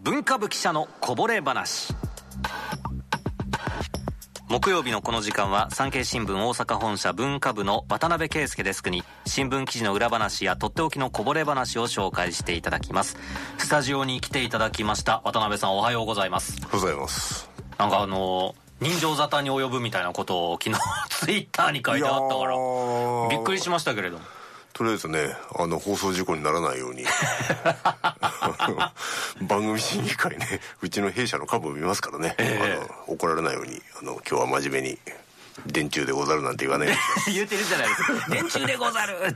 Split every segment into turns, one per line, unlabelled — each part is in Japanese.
文化部記者のこぼれ話木曜日のこの時間は産経新聞大阪本社文化部の渡辺圭介デスクに新聞記事の裏話やとっておきのこぼれ話を紹介していただきますスタジオに来ていただきました渡辺さんおはようございます
ございます
なんかあの人情沙汰に及ぶみたいなことを昨日 ツイッターに書いてあったから
いやー
びっくりしましたけれども
とりあえずねあの放送事故にならないように あの番組審議会ねうちの弊社の株を見ますからね、あの怒られないようにあの今日は真面目に電柱でござるなんて言わないよう
言ってるじゃないです か電柱でござる
に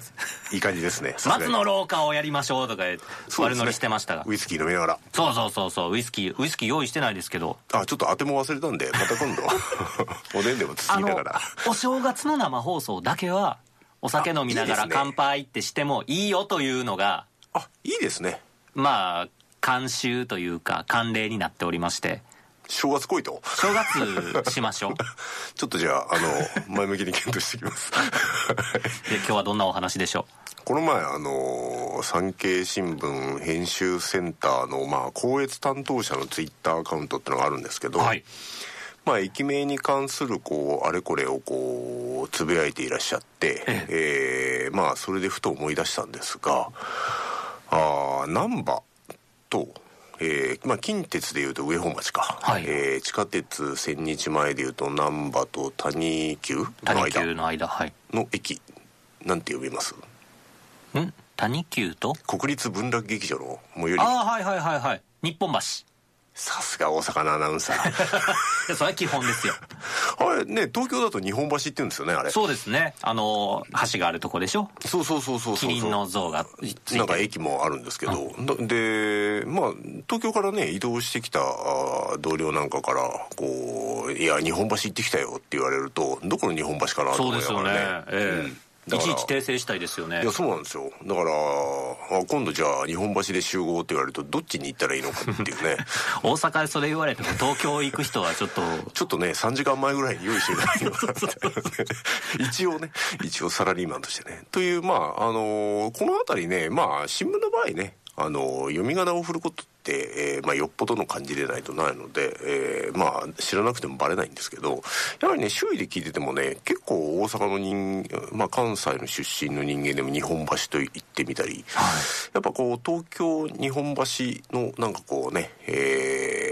いい感じですねさすがに
松の廊下をやりましょうとか言って
そうで
悪
すね
乗りしてましたが
ウイスキー飲みながら
そうそうそうそうウイスキーウイスキー用意してないですけど
あちょっと当ても忘れたんでまた今度 おでんでもつつ
あ
きな
の
がら
お正月の生放送だけはお酒飲みなが
あい
ら
いですね
乾杯ってしてもいいよというのが
あいいですね
まあ慣習というか慣例になっておりまして
正月来いと
正月しましょ う
ちょっとじゃああの前向きに検討してきます
で今日はどんなお話でしょ
この前あのー産経新聞編集センターのまあ校閲担当者のツイッターアカウントってのがあるんですけ
う
ど、まあ駅名に関するこうあれこれをこうつぶやいていらっしゃって、
え
えーまあそれでふと思い出したんですがあー難波と、えーまあ、近鉄でいうと上本町か、
はい
えー地下鉄千日前でいうと難波と谷久の
谷
間
球の間はい
の駅なんて呼びます
ん谷球と
国立文楽劇場の最寄り
ああはいはいはいはい日本橋
さすが大阪のアナウンサー
それは基本です よ
あれね東京だと日本橋って言うんですよねあれ
そうですねあの橋があるとこでしょ
そうそうそうそうそう
キリンの像がついて
なんか
る
駅もあるんですけど、なでまあ東京からね移動してきたあー同僚なんかからこう「いや日本橋行ってきたよ」って言われるとどこの日本橋かなと
そう
思
で
い
す
な
よ
が
ね
らね
ええ
だ
い
から
ちいち訂正したいですよね
いやそうなんですよだからあ今度じゃあ日本橋で集合って言われるとどっちに行ったらいいのかってい うね
大阪でそれ言われても東京行く人はちょっ と
ちょっとね3時間前ぐらいに用意してないといけない一応ね一応サラリーマンとしてねというまああのーこの辺りねまあ新聞の場合ねあのー読み仮名を振ることって、えーまあ、よっぽどの感じでないとないので、えーまあ知らなくてもバレないんですけどやはりね周囲で聞いててもね結構大阪の人、まあ、関西の出身の人間でも日本橋と言ってみたり、やっぱこう東京日本橋のなんかこうね、えー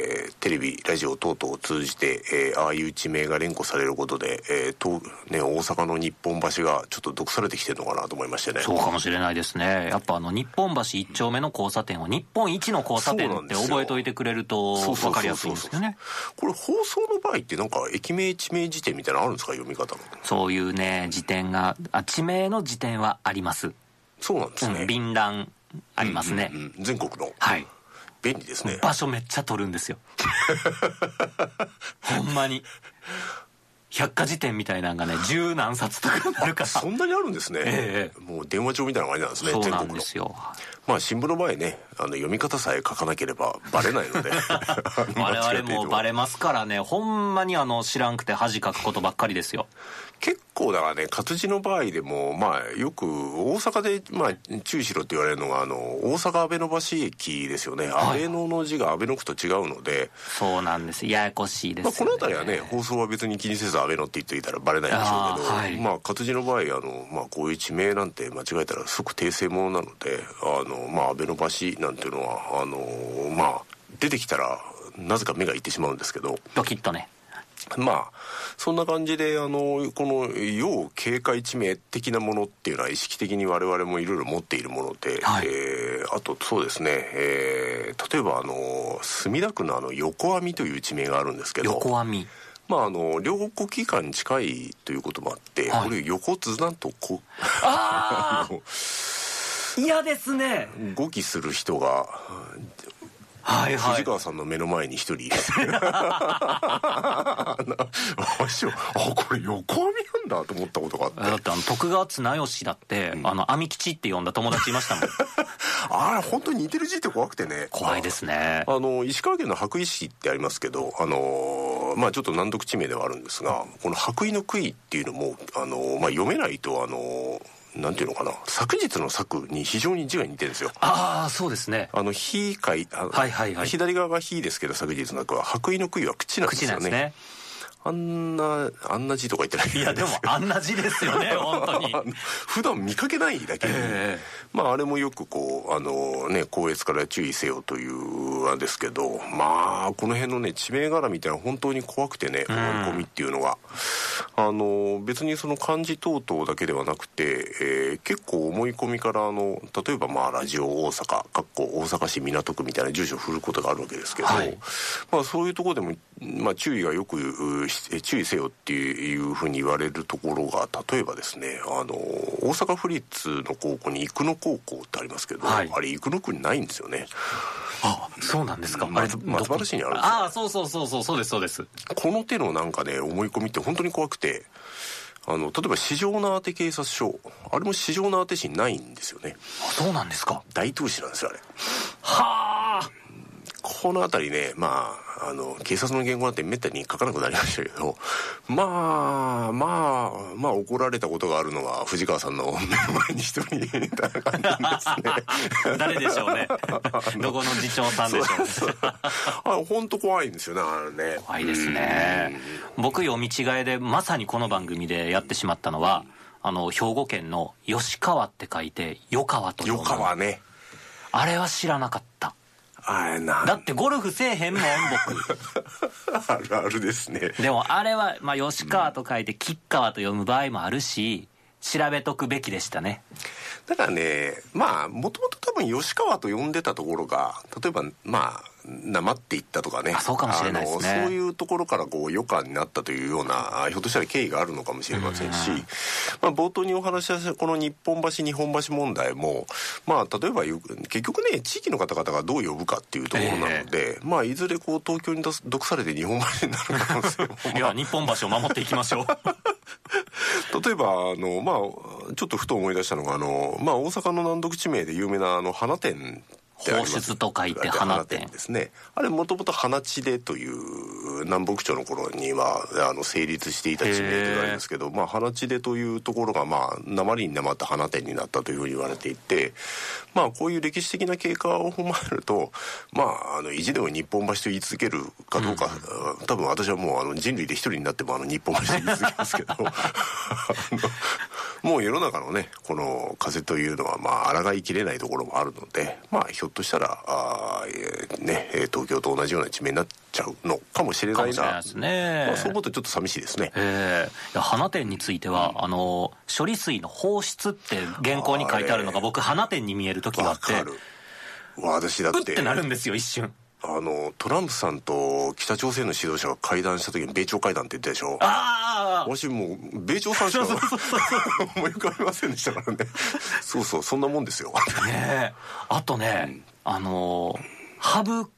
テレビラジオ等々を通じて、えーああいう地名が連呼されることで、えーとね、大阪の日本橋がちょっと毒されてきてるのかなと思いましてね
そうかもしれないですねやっぱあの日本橋一丁目の交差点を日本一の交差点
そうな
っ
ん
て
ですよ
覚えておいてくれると
そうそうそうそう
分かりやすいんですよね
これ放送の場合ってなんか駅名地名辞典みたいなのあるんですか読み方の
そういうね辞典があ地名の辞典はあります、
そうなんです
う
ね、
ん、便覧ありますね、
うん全国の
はい
便利ですね
場所めっちゃ取るん ですよほんまに百科事典みたいなのがね十何冊とかなるから
そんなにあるんですね、
え
もう電話帳みたいな感じなんですね
そう
全
な
国
ん
の
ですよ
まあ新聞の場合ねあの読み方さえ書かなければバレないので
我々もバ
レ
レますからねほんまにあの知らんくて恥かくことばっかりですよ
結構だからね活字の場合でもまあよく大阪で、まあ、注意しろって言われるのがあの大阪阿倍野橋駅ですよね阿
い
倍野の字が阿倍野区と違うので、
そうなんですややこしいです
ま
よ、
あ、この辺りはね放送は別に気にせず阿倍野って言っていたらバレないんでしょうけど
あーはい
まあ、活字の場合あの、まあ、こういう地名なんて間違えたら即訂正ものなのであの、まあ、阿倍野橋なんていうのはあの、まあ、出てきたらなぜか目がいってしまうんですけど。
ドキッとね
まあそんな感じであのこの要警戒地名的なものっていうのは意識的に我々もいろいろ持っているもので、
はい
えーあとそうですね、えー例えばあの墨田区のあの横網という地名があるんですけど
横網
まああの両国期間に近いということもあって、
はい
これ横綱とこ
ああ嫌ですね
語記する人が
はいは
藤
い
川さんの目の前に一人 い るあのわしはあこれ横網なんだと思ったことがあって
だってあの徳川綱吉だって、あの網吉って呼んだ友達いました もん
あれ本当に似てる字って怖くてね
怖いですね
あの石川県の白衣市ってありますけどあのーまあちょっと難読地名ではあるんですがこの白衣の杭っていうのもあのーまあ読めないとあのーなんていうのかな昨日の昨に非常に字が似てるんですよ
ああそうですね
あの「非」かいあ
はいはいはい
左側が「非」ですけど昨日の「く」は白衣の「杭は口なんです
口な
よ
んです
ね
ね
あんなあんな字とか言ってな
い
い
やでもあんな字ですよ ね本当に
あの普段見かけないだけに、
ええ
まああれもよくこうあのね高越から注意せよというあれですけどまあこの辺のね地名絡みってのは本当に怖くてね思い込みっていうのが、あの別にその漢字等々だけではなくて、えー結構思い込みからあの例えばまあラジオ大阪かっこ大阪市港区みたいな住所を振ることがあるわけですけど、
はい
まあ、そういうところでも、まあ、注意がよくうしえ注意せよっていうふうに言われるところが例えばですねあの大阪府立の高校に生野高校ってありますけど、
はい
あれ生野区にないんですよね
あそうなんですか
ま
あれど
松原市にあるんですよ
ああそうそうそうそうそうですそうです
この手のなんかね思い込みって本当に怖くてあの例えば市場の当て警察署あれも市場の当て市にないんですよね
あそうなんですか
大東市なんですよあれ
はあ
この辺りね、まあ、あの、警察の言語なんてめったに書かなくなりましたけど、まあ、まあ、まあ怒られたことがあるのは藤川さんの 目の前に一人いた 感じですね。
誰でしょ うねどこの次長さんでしょう
そうあ、本当怖いんですよね、あれね。
怖いですね僕読み違えでまさにこの番組でやってしまったのはあの兵庫県の吉川って書いて与川と
よ
読む
かはね。
あれは知らなかった
あれな、
だってゴルフせえへんもん 僕
あるあるですね。
でもあれは、まあ、吉川と書いて吉川と読む場合もあるし調べとくべきでしたね
だからねまあもともと多分吉川と呼んでたところが例えばまあなまっていったとかね
あそうかもしれないですね
あのそういうところからこう予感になったというようなあひょっとしたら経緯があるのかもしれませんし、まあ、冒頭にお話ししたこの日本橋日本橋問題も、まあ、例えばよく結局ね地域の方々がどう呼ぶかっていうところなので、まあ、いずれこう東京に出す毒されて日本橋になる可能性も
いや日本橋を守っていきましょう
例えばあの、まあ、ちょっとふと思い出したのがあの、まあ、大阪の難読地名で有名なあの花店ってあります
放出と書いて花店
ですねあれもともと花地でという南北朝の頃にはあの成立していた地名でありますけど、まあ、花地でというところが、まあ、鉛に鉛った花店になったというふうに言われていて、まあ、こういう歴史的な経過を踏まえると、まあ、あの意地でも日本橋と言い続けるかどうか、多分私はもうあの人類で一人になってもあの日本橋と言い続けますけどあのもう世の中のねこの風というのはまあ抗いきれないところもあるので、まあ、ひょっとしたらあー、えーね、えー東京と同じような地名になっちゃうのかもしれ
か
な
も
い
しれない
な
ですね、
まあ、そう思うとちょっと寂しいですね。
ええいや花店については、あの処理水の放出って原稿に書いてあるのが
あれ
僕花店に見える時があ
わ
って
かる私だっ
うっててなるんですよ一瞬
あのトランプさんと北朝鮮の指導者が会談した時に米朝会談って言ったでしょ
ああ
私もう米朝さんしか 思い浮かびませんでしたからねそうそうそんなもんですよ
ねえあとね、あの羽生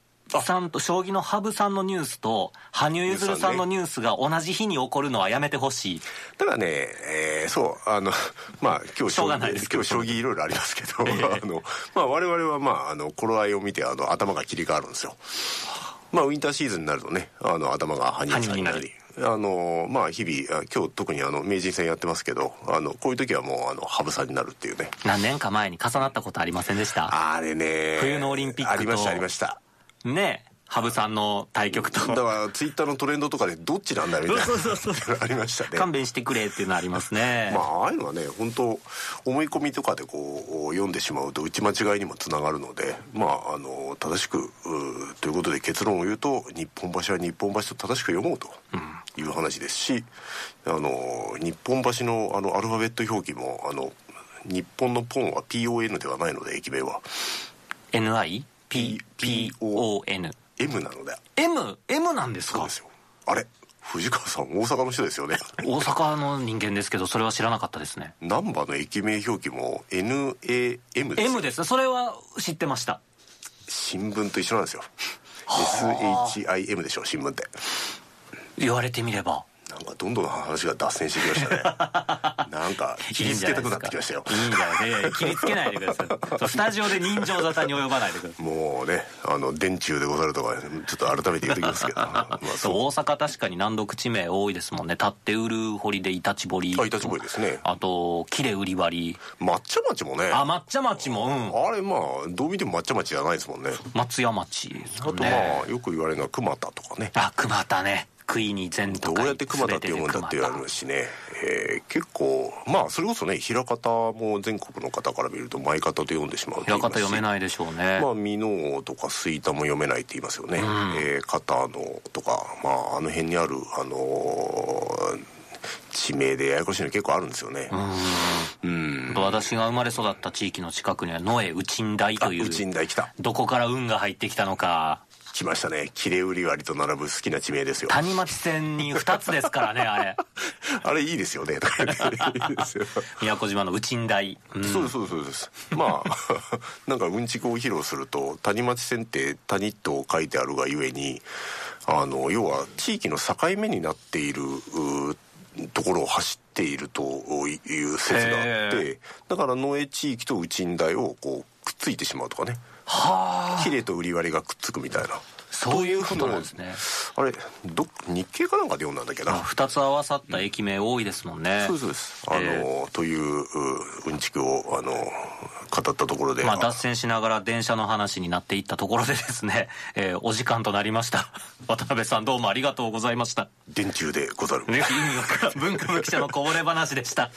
さんと将棋の羽生さんのニュースと羽生結弦さんのニュースが同じ日に起こるのはやめてほしい
ただね、えーそうあの まあ今日
しょうがないですけど
今日将棋いろいろあ りますけど、 あのまあ我々はまああの頃合いを見てあの頭が切り替わるんですよまあウィンターシーズンになるとねあの頭が羽生さんにな
羽
りあのまあ日々あ今日特にあの名人戦やってますけどあのこういう時はもうあの羽生さんになるっていうね
何年か前に重なったことありませんでした
あれね
冬のオリンピックと
ありましたありました
ねえ羽生さんの対局と
だからツイッターのトレンドとかでどっちなんだよみたいな ありましたね
勘弁してくれっていうのありますね、
まあああいうのはね本当思い込みとかでこう読んでしまうと打ち間違いにもつながるのでまああの正しくうーということで結論を言うと日本橋は日本橋と正しく読もうという話ですし、あの日本橋のあのアルファベット表記もあの日本のポンは PON ではないので駅名は
NIPPON
M なので
M, M なんです
そう
か
ですよあれ藤川さん大阪の人ですよね
大阪の人間ですけどそれは知らなかったですね
難波の駅名表記も NAM ですよ
M ですねそれは知ってました
新聞と一緒なんですよ SHIM でしょ新聞って
言われてみれば
なんかどんどん話が脱線して きましたねなんか切りつけたくなってきましたよ
いいんじゃないですかいいんじゃないですかいやいや切りつけないでくだ さいそうスタジオで人情沙汰に及ばないでください
もうねあの電柱でござるとかちょっと改めて言っと きますけどまあ
そう
そう
大阪確かに難読地名多いですもんね立って売る堀でイタチ堀
あイタチ堀ですね
あとキレ売り割り
抹茶町もね
あ抹茶町もうん
あれまあどう見ても抹茶町じゃないですもんね
松屋町です
あ
も
と
ん
ま
ね
あよく言われるのは熊田とかね
あ熊田ね杭に全
ど
都
う
会
やって熊田って読むんだって言われるしね、えー結構まあそれこそね枚方も全国の方から見ると前方と読んでしまうって言
平
いま
方
すし
読めないでしょうね、
まあ、美濃とか吹田も読めないって言いますよね、えー片野とか、まあ、あの辺にある、あのー地名でややこしいの結構あるんですよね、うん、
私が生まれ育った地域の近くには野江宇鎮台
あ
という
うちんだ来た
どこから運が入ってきたの か
来ましたね切れ売り割と並ぶ好きな地名ですよ
谷町線に2つですからねあ れ
あれいいですよねいいですよ
宮古島の宇鎮台、うん
そうですそうですそうですまあなんかうんちくを披露すると谷町線って「谷」と書いてあるがゆえにあの要は地域の境目になっているうところを走っているという説があってだから農営地域と内ん台をこうくっついてしまうとかね
はあ
綺麗と売り割りがくっつくみたいな
そういうことなんですね
あれど日経かなんかで読んだんだっけな
2つ合わさった駅名多いですもんね
そうですそうですあ
え
の、というううんちくをあの語ったところで、
まあ脱線しながら電車の話になっていったところでですね、 えーお時間となりました渡辺さんどうもあり がとうございました
電柱でござる
ね、文化部記者のこぼれ話でした